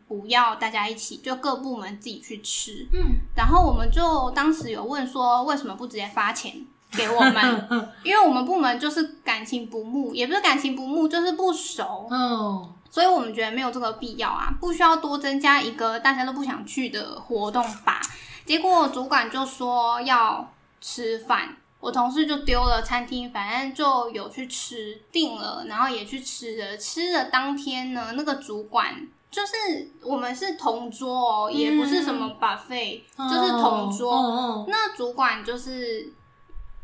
[SPEAKER 5] 不要大家一起，就各部门自己去吃。
[SPEAKER 2] 嗯
[SPEAKER 5] 然后我们就当时有问说，为什么不直接发钱给我 们？因为我们部门就是感情不睦，也不是感情不睦，就是不熟，
[SPEAKER 2] 哦，
[SPEAKER 5] 所以我们觉得没有这个必要啊，不需要多增加一个大家都不想去的活动吧。结果主管就说要吃饭，我同事就丢了餐厅，反正就有去吃，定了，然后也去吃了。吃的当天呢，那个主管就是我们是同桌哦，也不是什么 buffet，、就是同桌。
[SPEAKER 2] 哦哦
[SPEAKER 5] 那主管就是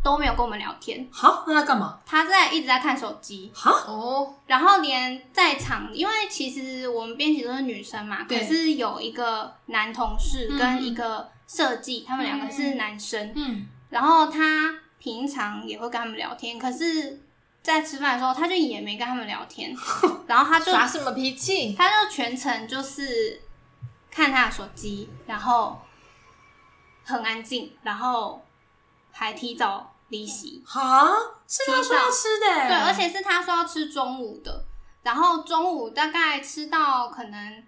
[SPEAKER 5] 都没有跟我们聊天，
[SPEAKER 2] 好，那他干嘛？
[SPEAKER 5] 他在一直在看手机。
[SPEAKER 4] 哦，
[SPEAKER 5] 然后连在场，因为其实我们编辑都是女生嘛，可
[SPEAKER 2] 对
[SPEAKER 5] 是有一个男同事跟一个设计，他们两个是男生，
[SPEAKER 2] 嗯，
[SPEAKER 5] 然后他平常也会跟他们聊天，可是，在吃饭的时候他就也没跟他们聊 天，然后他就
[SPEAKER 1] 耍什么脾气？
[SPEAKER 5] 他就全程就是看他的手机，然后很安静，然后还提早离席。
[SPEAKER 2] 哈，是他说要吃的欸，
[SPEAKER 5] 对，而且是他说要吃中午的，然后中午大概吃到可能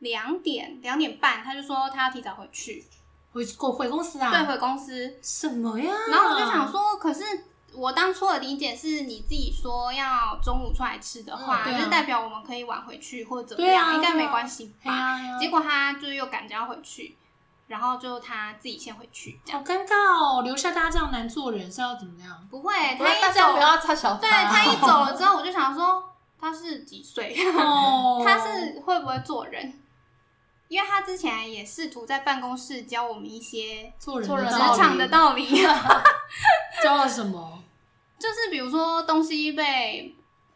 [SPEAKER 5] 两点两点半，他就说他要提早回去，
[SPEAKER 2] 回我回公司啊，
[SPEAKER 5] 对，回公司。
[SPEAKER 2] 什么呀？
[SPEAKER 5] 然后我就想，说，可是我当初的理解是你自己说要中午出来吃的话，
[SPEAKER 2] 嗯对啊
[SPEAKER 5] 就代表我们可以晚回去或者怎么
[SPEAKER 2] 对
[SPEAKER 5] 样，
[SPEAKER 2] 啊
[SPEAKER 5] 应该
[SPEAKER 2] 对
[SPEAKER 5] 没
[SPEAKER 2] 啊
[SPEAKER 5] 关系
[SPEAKER 2] 哎
[SPEAKER 5] 吧？
[SPEAKER 2] 呀，
[SPEAKER 5] 结果他就又赶着要回去，然后就他自己先回去，这
[SPEAKER 2] 好
[SPEAKER 5] 样
[SPEAKER 2] 尴尬哦，留下大家这样难做人是要怎么样？
[SPEAKER 5] 不会，他
[SPEAKER 1] 大
[SPEAKER 5] 一
[SPEAKER 1] 家不
[SPEAKER 5] 走，
[SPEAKER 1] 要插小
[SPEAKER 5] 对他一走 了之后，我就想说他是几岁？
[SPEAKER 2] 哦
[SPEAKER 5] 他是会不会做人？因为他之前也试图在办公室教我们一些
[SPEAKER 2] 做人
[SPEAKER 1] 做人
[SPEAKER 5] 职
[SPEAKER 2] 的
[SPEAKER 1] 道理
[SPEAKER 5] 场的道理，
[SPEAKER 2] 教了什么
[SPEAKER 5] 就是比如说东西被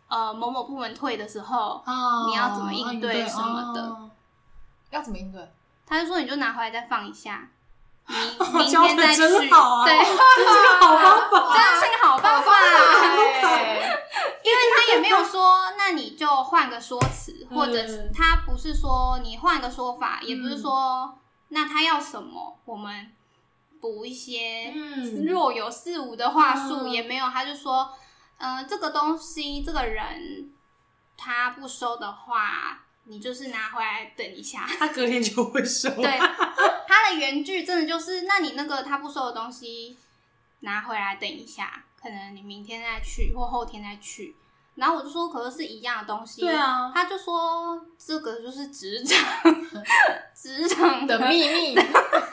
[SPEAKER 5] 呃某某部门退的时候，
[SPEAKER 2] 啊？
[SPEAKER 5] 哦你要怎么应对
[SPEAKER 2] 啊
[SPEAKER 5] 什么的
[SPEAKER 2] 哦
[SPEAKER 1] 要怎么应对？
[SPEAKER 5] 他就说你就拿回来再放一下，明 明
[SPEAKER 2] 教
[SPEAKER 5] 天
[SPEAKER 2] 的
[SPEAKER 5] 再去。
[SPEAKER 2] 真好啊，
[SPEAKER 5] 对，
[SPEAKER 2] 这是个好方法。
[SPEAKER 5] 真是个好办法，
[SPEAKER 3] 啊
[SPEAKER 1] 对，
[SPEAKER 5] 因为他也没有说，那你就换个说辞，
[SPEAKER 2] 嗯
[SPEAKER 5] 或者是他不是说你换个说法，也不是说那他要什么，我们补一些
[SPEAKER 2] 嗯
[SPEAKER 5] 若有似无的话术
[SPEAKER 2] 嗯
[SPEAKER 5] 也没有，他就说，嗯、这个东西这个人他不收的话，你就是拿回来等一下。
[SPEAKER 2] 他隔天就会收。
[SPEAKER 5] 对，他的原句真的就是，那你那个他不收的东西拿回来等一下，可能你明天再去或后天再去。然后我就说，可是是一样的东西。
[SPEAKER 2] 对。啊，
[SPEAKER 5] 他就说这个就是 职场，职场
[SPEAKER 1] 的秘密，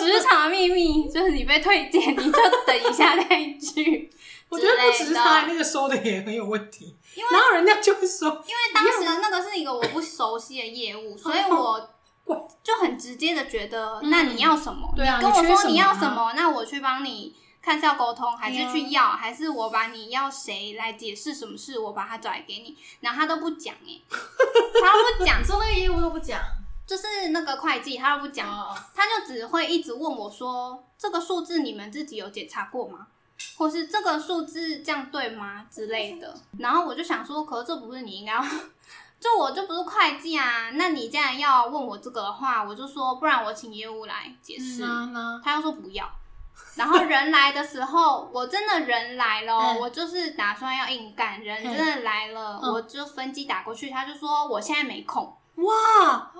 [SPEAKER 5] 职场秘密，就是你被推荐，你就等一下再去。
[SPEAKER 2] 我觉得不
[SPEAKER 5] 之
[SPEAKER 2] 只
[SPEAKER 5] 类
[SPEAKER 2] 是
[SPEAKER 5] 的
[SPEAKER 2] 他那个收的也很有问题，然后人家就会说，
[SPEAKER 5] 因为当时那个是一个我不熟悉的业 务，所以我就很直接的觉得，
[SPEAKER 2] 嗯
[SPEAKER 5] 那你要什么？
[SPEAKER 2] 对啊
[SPEAKER 5] 你跟我
[SPEAKER 2] 你缺什
[SPEAKER 5] 说
[SPEAKER 2] 么
[SPEAKER 5] 你要什么，那我去帮你看是要沟通，还
[SPEAKER 2] 啊
[SPEAKER 5] 是去要，还是我把你要谁来解释什么事，我把他找来给你，然后他都不讲哎、他都不讲，
[SPEAKER 1] 说那个业务都不讲，
[SPEAKER 5] 就是那个会计他都不讲，
[SPEAKER 1] 哦
[SPEAKER 5] 他就只会一直问我说：“这个数字你们自己有检查过吗？或是这个数字这样对吗？”之类的。然后我就想说，可是这不是你应该要， 就我就不是会计啊，那你既然要问我这个的话，我就说不然我请业务来解释。
[SPEAKER 2] 那那
[SPEAKER 5] 他又说不要。然后人来的时候，我真的人来了哦，
[SPEAKER 2] 嗯
[SPEAKER 5] 我就是打算要硬干，人
[SPEAKER 2] 嗯
[SPEAKER 5] 真的来了，
[SPEAKER 2] 嗯
[SPEAKER 5] 我就分机打过去，他就说我现在没空。
[SPEAKER 2] 哇，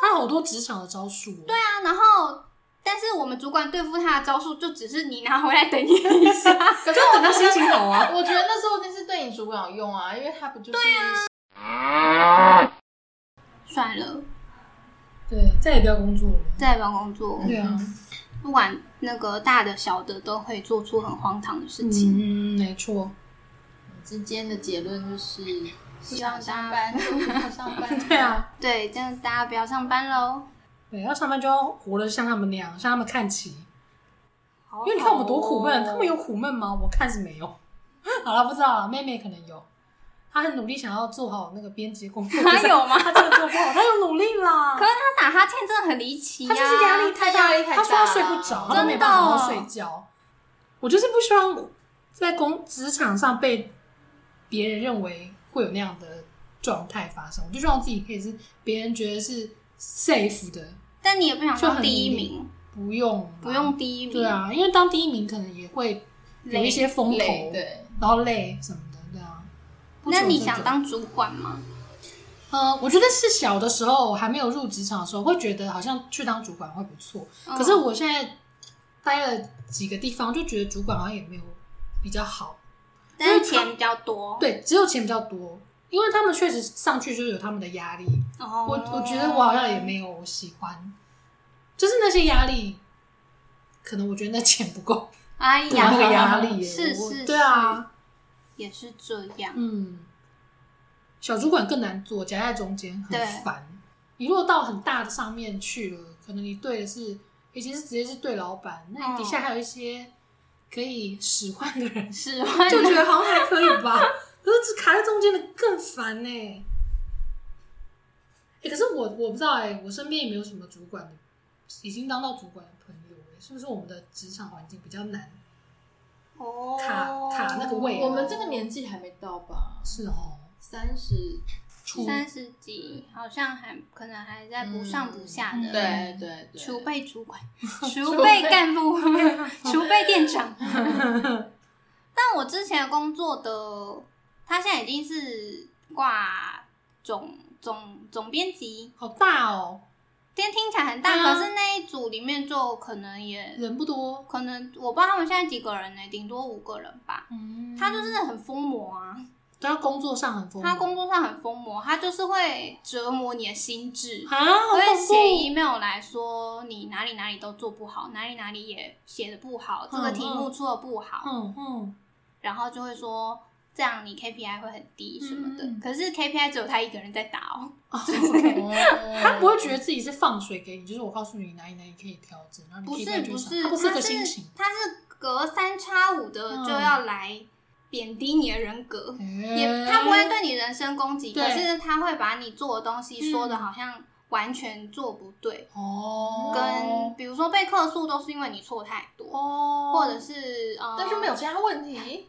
[SPEAKER 2] 他好多职场的招数、哦。对啊，
[SPEAKER 5] 啊然后，但是我们主管对付他的招数就只是你拿回来等你一下。
[SPEAKER 1] 可是
[SPEAKER 2] 就等他心情好啊。
[SPEAKER 1] 我觉得那时候那是对你主管有用啊，因为他不就是
[SPEAKER 5] 算了，
[SPEAKER 2] 对，再也不要工作了。
[SPEAKER 5] 在帮工作，
[SPEAKER 2] 对啊，
[SPEAKER 5] 不管那个大的小的，都会做出很荒唐的事情。
[SPEAKER 2] 嗯，没错。
[SPEAKER 1] 之间的结论就是
[SPEAKER 5] 希望大家
[SPEAKER 1] 班，不想上班。
[SPEAKER 2] 对啊，
[SPEAKER 5] 对，这样大家不要上班喽。
[SPEAKER 2] 对，要上班就要活得像他们那样，向他们看齐。
[SPEAKER 5] 好好哦
[SPEAKER 2] 因为你看我们多苦闷，他们有苦闷吗？我看是没有。 好了，不知道了，妹妹可能有，她很努力想要做好那个编辑工作，
[SPEAKER 5] 她有 吗
[SPEAKER 2] 她真的做不好，她有努力啦。
[SPEAKER 5] 可是他打哈欠真的很离奇、
[SPEAKER 2] 她
[SPEAKER 5] 啊，
[SPEAKER 2] 就是压力太大，
[SPEAKER 1] 压力太大
[SPEAKER 2] 她说她睡不着，她都没办法好好睡觉。我就是不希望在工职场上被别人认为会有那样的状态发生，我就希望自己可以是别人觉得是 safe 的，
[SPEAKER 5] 但你也不想
[SPEAKER 2] 就
[SPEAKER 5] 当
[SPEAKER 2] 很
[SPEAKER 5] 第一
[SPEAKER 2] 努力
[SPEAKER 5] 名，
[SPEAKER 2] 不用
[SPEAKER 5] 不用第一名。
[SPEAKER 2] 对，啊，因为当第一名可能也会有一些风头，
[SPEAKER 1] 累，对，
[SPEAKER 2] 然后累什么的，对啊。不
[SPEAKER 5] 那
[SPEAKER 2] 止我
[SPEAKER 5] 你
[SPEAKER 2] 这
[SPEAKER 5] 想
[SPEAKER 2] 种？
[SPEAKER 5] 当主管吗？
[SPEAKER 2] 呃，我觉得是小的时候还没有入职场的时候，会觉得好像去当主管会不错。可是
[SPEAKER 5] 嗯
[SPEAKER 2] 我现在待了几个地方，就觉得主管好像也没有比较好。
[SPEAKER 5] 但是钱比较多。，
[SPEAKER 2] 对，只有钱比较多，因为他们确实上去就是有他们的压力。
[SPEAKER 5] 哦、
[SPEAKER 2] 我我觉得我好像也没有喜欢，就是那些压力，可能我觉得那钱不够，
[SPEAKER 5] 哎
[SPEAKER 2] 有那
[SPEAKER 5] 呀，
[SPEAKER 2] 个压力耶。
[SPEAKER 5] 是
[SPEAKER 2] 我
[SPEAKER 5] 是，
[SPEAKER 2] 对啊。
[SPEAKER 5] 是，也是这样。
[SPEAKER 2] 嗯，小主管更难做，夹在中间很
[SPEAKER 5] 对
[SPEAKER 2] 烦。你如果到很大的上面去了，可能你对的是，已经是直接是对老板，那
[SPEAKER 5] 嗯
[SPEAKER 2] 你底下还有一些可以使唤的 人，
[SPEAKER 5] 是吗？
[SPEAKER 2] 就觉得好像还可以吧。 可是只卡在中间的更烦呢、欸。可是我我不知道哎、我身边也没有什么主管的，已经当到主管的朋友、欸、是不是我们的职场环境比较难
[SPEAKER 5] 哦
[SPEAKER 2] 卡卡那个啊位？
[SPEAKER 1] 我们这个年纪还没到吧？
[SPEAKER 2] 是哦，
[SPEAKER 1] 三十
[SPEAKER 2] 出
[SPEAKER 5] 三十几，好像还可能还在不上不下
[SPEAKER 2] 嗯
[SPEAKER 5] 的。
[SPEAKER 1] 对对对，
[SPEAKER 5] 储备 主管、储备干部、储备店 长。但我之前工作的，他现在已经是挂总总总编辑，
[SPEAKER 2] 好大哦，
[SPEAKER 5] 但听起来很大，
[SPEAKER 2] 对啊
[SPEAKER 5] 可是那一组里面就可能也
[SPEAKER 2] 人不多，
[SPEAKER 5] 可能我不知道他们现在几个人呢、顶多五个人吧。
[SPEAKER 2] 嗯，
[SPEAKER 5] 他就是很疯魔啊，
[SPEAKER 2] 他工作上很疯狂，
[SPEAKER 5] 他工作上很疯魔，他就是会折磨你的心智。
[SPEAKER 2] 啊，好
[SPEAKER 5] 我会
[SPEAKER 2] 恐
[SPEAKER 5] 写
[SPEAKER 2] 怖，
[SPEAKER 5] email 来说你哪里哪里都做不好，哪里哪里也写的不好，这个题目出的不好，
[SPEAKER 2] 嗯嗯，
[SPEAKER 5] 然后就会说这样你 KPI 会很低什么的。
[SPEAKER 2] 嗯
[SPEAKER 5] 可是 KPI 只有他一个人在打哦，
[SPEAKER 2] 哦 OK
[SPEAKER 1] 哦
[SPEAKER 2] 他不会觉得自己是放水给你，就是我告诉你哪里哪里可以调整，然后
[SPEAKER 5] 不
[SPEAKER 2] 你
[SPEAKER 5] 是
[SPEAKER 2] 不
[SPEAKER 5] 不
[SPEAKER 2] 他
[SPEAKER 5] 是，他
[SPEAKER 2] 不
[SPEAKER 5] 是
[SPEAKER 2] 这个心情，
[SPEAKER 5] 他是隔三差五的
[SPEAKER 2] 嗯
[SPEAKER 5] 就要来贬低你的人格，也
[SPEAKER 2] 也
[SPEAKER 5] 他不会对你人身攻击，
[SPEAKER 2] 对
[SPEAKER 5] 可是他会把你做的东西说的
[SPEAKER 2] 嗯
[SPEAKER 5] 好像完全做不对，
[SPEAKER 2] 哦，
[SPEAKER 5] 跟比如说被客诉都是因为你错太多。
[SPEAKER 2] 哦，
[SPEAKER 5] 或者是呃，
[SPEAKER 1] 但是没有其他问题，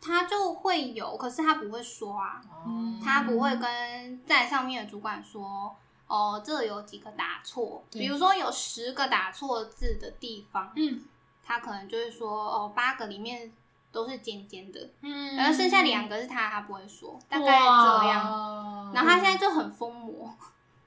[SPEAKER 5] 他就会有，可是他不会说啊，
[SPEAKER 2] 哦
[SPEAKER 1] 哦
[SPEAKER 5] 他不会跟在上面的主管说，哦，这有几个打错，
[SPEAKER 2] 对
[SPEAKER 5] 比如说有十个打错字的地方，
[SPEAKER 2] 嗯
[SPEAKER 5] 他可能就会说，哦，八个里面都是尖尖的，
[SPEAKER 2] 嗯，
[SPEAKER 5] 然后剩下两个是他，他不会说，大概这样。
[SPEAKER 1] 哦
[SPEAKER 2] 哇
[SPEAKER 5] 然后他现在就很疯魔，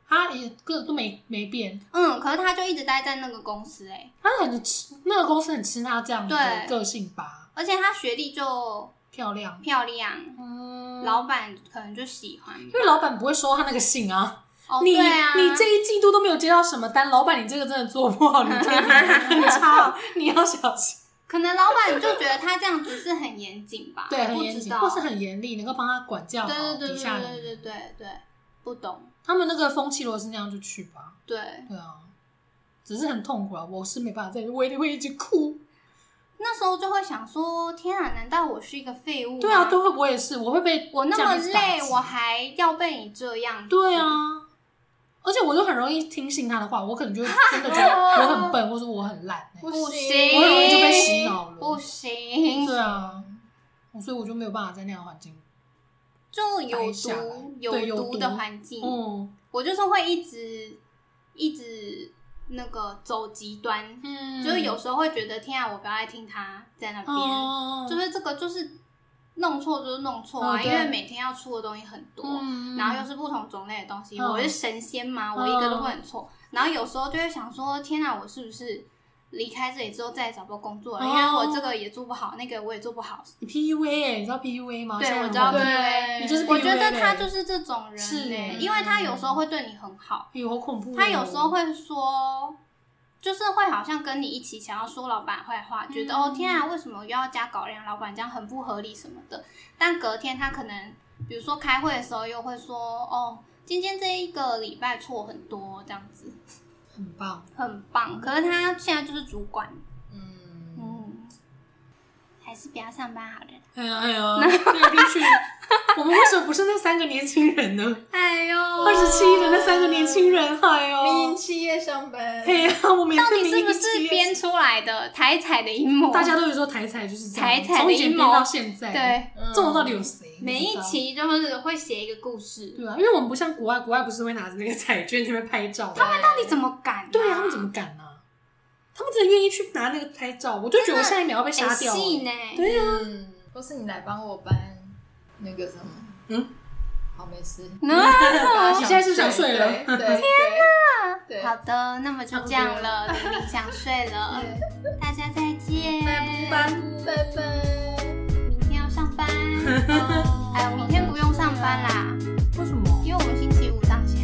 [SPEAKER 2] 他也个都没没变，
[SPEAKER 5] 嗯，可是他就一直待在那个公司、欸，
[SPEAKER 2] 他很吃那个公司很吃他这样的
[SPEAKER 5] 对
[SPEAKER 2] 个性吧，
[SPEAKER 5] 而且他学历就
[SPEAKER 2] 漂亮，
[SPEAKER 5] 漂亮，
[SPEAKER 2] 嗯，
[SPEAKER 5] 老板可能就喜欢吧。
[SPEAKER 2] 因为老板不会收他那个信啊。
[SPEAKER 5] 哦，
[SPEAKER 2] 你、
[SPEAKER 5] 对啊，
[SPEAKER 2] 你这一季度都没有接到什么单，老板你这个真的做不好， 你这个很差，你要小心。
[SPEAKER 5] 可能老板就觉得他这样子是很严谨吧，
[SPEAKER 2] 对，很
[SPEAKER 5] 不
[SPEAKER 2] 严
[SPEAKER 5] 知
[SPEAKER 2] 谨，
[SPEAKER 5] 道
[SPEAKER 2] 或是很严厉，能够帮他管教好
[SPEAKER 5] 对对对
[SPEAKER 2] 底
[SPEAKER 5] 对
[SPEAKER 2] 下
[SPEAKER 5] 对
[SPEAKER 2] 的
[SPEAKER 5] 对
[SPEAKER 2] 人。
[SPEAKER 5] 对对，不懂，
[SPEAKER 2] 他们那个风气如果是那样，就去吧。
[SPEAKER 5] 对，
[SPEAKER 2] 对啊，只是很痛苦啊，我是没办法再，我一定会一直哭。
[SPEAKER 5] 那时候就会想说，天啊，难道我是一个废物吗？
[SPEAKER 2] 对啊，都会，我也是，我会被
[SPEAKER 5] 我那
[SPEAKER 2] 这样
[SPEAKER 5] 么
[SPEAKER 2] 一直打
[SPEAKER 5] 累，
[SPEAKER 2] 击
[SPEAKER 5] 我还要被你这样子，
[SPEAKER 2] 对啊。而且我就很容易听信他的话，我可能 就会真的觉得我很笨，或者我很烂、欸，
[SPEAKER 5] 不
[SPEAKER 2] 我很容易就被
[SPEAKER 5] 行，
[SPEAKER 2] 洗脑了。
[SPEAKER 5] 不行，
[SPEAKER 2] 对啊，所以我就没有办法在那样的环境
[SPEAKER 5] 就有
[SPEAKER 2] 待下来
[SPEAKER 5] 毒
[SPEAKER 2] 对有
[SPEAKER 5] 毒的
[SPEAKER 2] 毒
[SPEAKER 5] 环境，
[SPEAKER 2] 嗯
[SPEAKER 5] 我就是会一直一直那个走极端，
[SPEAKER 2] 嗯
[SPEAKER 5] 就是有时候会觉得天啊，我不要再听他在那边，
[SPEAKER 2] 哦，
[SPEAKER 5] 就是这个就是弄错就是弄错啊，
[SPEAKER 2] 嗯
[SPEAKER 5] 因
[SPEAKER 2] 对
[SPEAKER 5] 为每天要出的东西很多，
[SPEAKER 2] 嗯
[SPEAKER 5] 然后又是不同种类的东西，
[SPEAKER 2] 嗯
[SPEAKER 5] 我是神仙嘛，我一个都不能错。然后有时候就会想说，天哪，我是不是离开这里之后再也找不到工作了？
[SPEAKER 2] 哦
[SPEAKER 5] 因为我这个也做不好，那个我也做不好。
[SPEAKER 2] 你 PUA，欸你知道 PUA 吗？
[SPEAKER 5] 对
[SPEAKER 2] 现在
[SPEAKER 5] 我
[SPEAKER 2] 很
[SPEAKER 5] 知道
[SPEAKER 2] 红
[SPEAKER 1] 对
[SPEAKER 2] 你就是
[SPEAKER 5] 我觉
[SPEAKER 2] PUA
[SPEAKER 5] 得
[SPEAKER 2] 嘞
[SPEAKER 5] 他就是这种人、
[SPEAKER 2] 是嗯
[SPEAKER 5] 欸，因为他有时候会对你很好，
[SPEAKER 2] 哎呦，好恐怖哦！
[SPEAKER 5] 他有时候会说。就是会好像跟你一起想要说老板坏话，觉得哦天啊，为什么又要加稿量？老板这样很不合理什么的。但隔天他可能，比如说开会的时候又会说哦，今天这一个礼拜错很多这样子。
[SPEAKER 2] 很棒，
[SPEAKER 5] 很棒，可是他现在就是主管，
[SPEAKER 1] 嗯，
[SPEAKER 5] 嗯，还是不要上班好了啦。
[SPEAKER 2] 哎呀哎呀，那必须。我们为什么不是那三个年轻人 呢？
[SPEAKER 5] 哎呦，
[SPEAKER 2] 二十七的那三个年轻人，哎
[SPEAKER 1] 民营
[SPEAKER 2] 呦，
[SPEAKER 1] 企业上班，
[SPEAKER 2] 哎呀，我们也
[SPEAKER 5] 哦到底
[SPEAKER 2] 民
[SPEAKER 5] 是不
[SPEAKER 2] 营企
[SPEAKER 5] 是
[SPEAKER 2] 业
[SPEAKER 5] 编出来的台彩的阴谋？啊
[SPEAKER 2] 大家都是说台彩就是这样，
[SPEAKER 5] 台彩的
[SPEAKER 2] 从以前
[SPEAKER 5] 阴
[SPEAKER 2] 编
[SPEAKER 5] 谋
[SPEAKER 2] 到现在，，
[SPEAKER 5] 对，
[SPEAKER 1] 嗯
[SPEAKER 2] 这种到底有谁？
[SPEAKER 5] 每一期就是会写一个故事，
[SPEAKER 2] 对啊，因为我们不像国外，国外不是会拿着那个彩券在那边拍照吗？他们
[SPEAKER 5] 到底怎么敢、
[SPEAKER 2] 对啊，他们怎么敢呢、他们真的愿意去拿那个拍照，我就觉得我下一秒要被杀
[SPEAKER 5] 很
[SPEAKER 2] 掉、
[SPEAKER 5] 细哎呢？
[SPEAKER 2] 对啊呀、
[SPEAKER 1] 嗯，或是你来帮我搬那个什么，
[SPEAKER 2] 嗯，
[SPEAKER 1] 好，没事。
[SPEAKER 5] 那
[SPEAKER 2] 你现在是不是想睡了
[SPEAKER 1] 对，对对对，
[SPEAKER 5] 好的，那么就这样了，玲玲想睡了，大家再见，
[SPEAKER 1] 拜拜拜拜。
[SPEAKER 5] 明天要上班，哎呦，明天不用上班啦，
[SPEAKER 2] 为什么？
[SPEAKER 5] 因为我们星期五上线。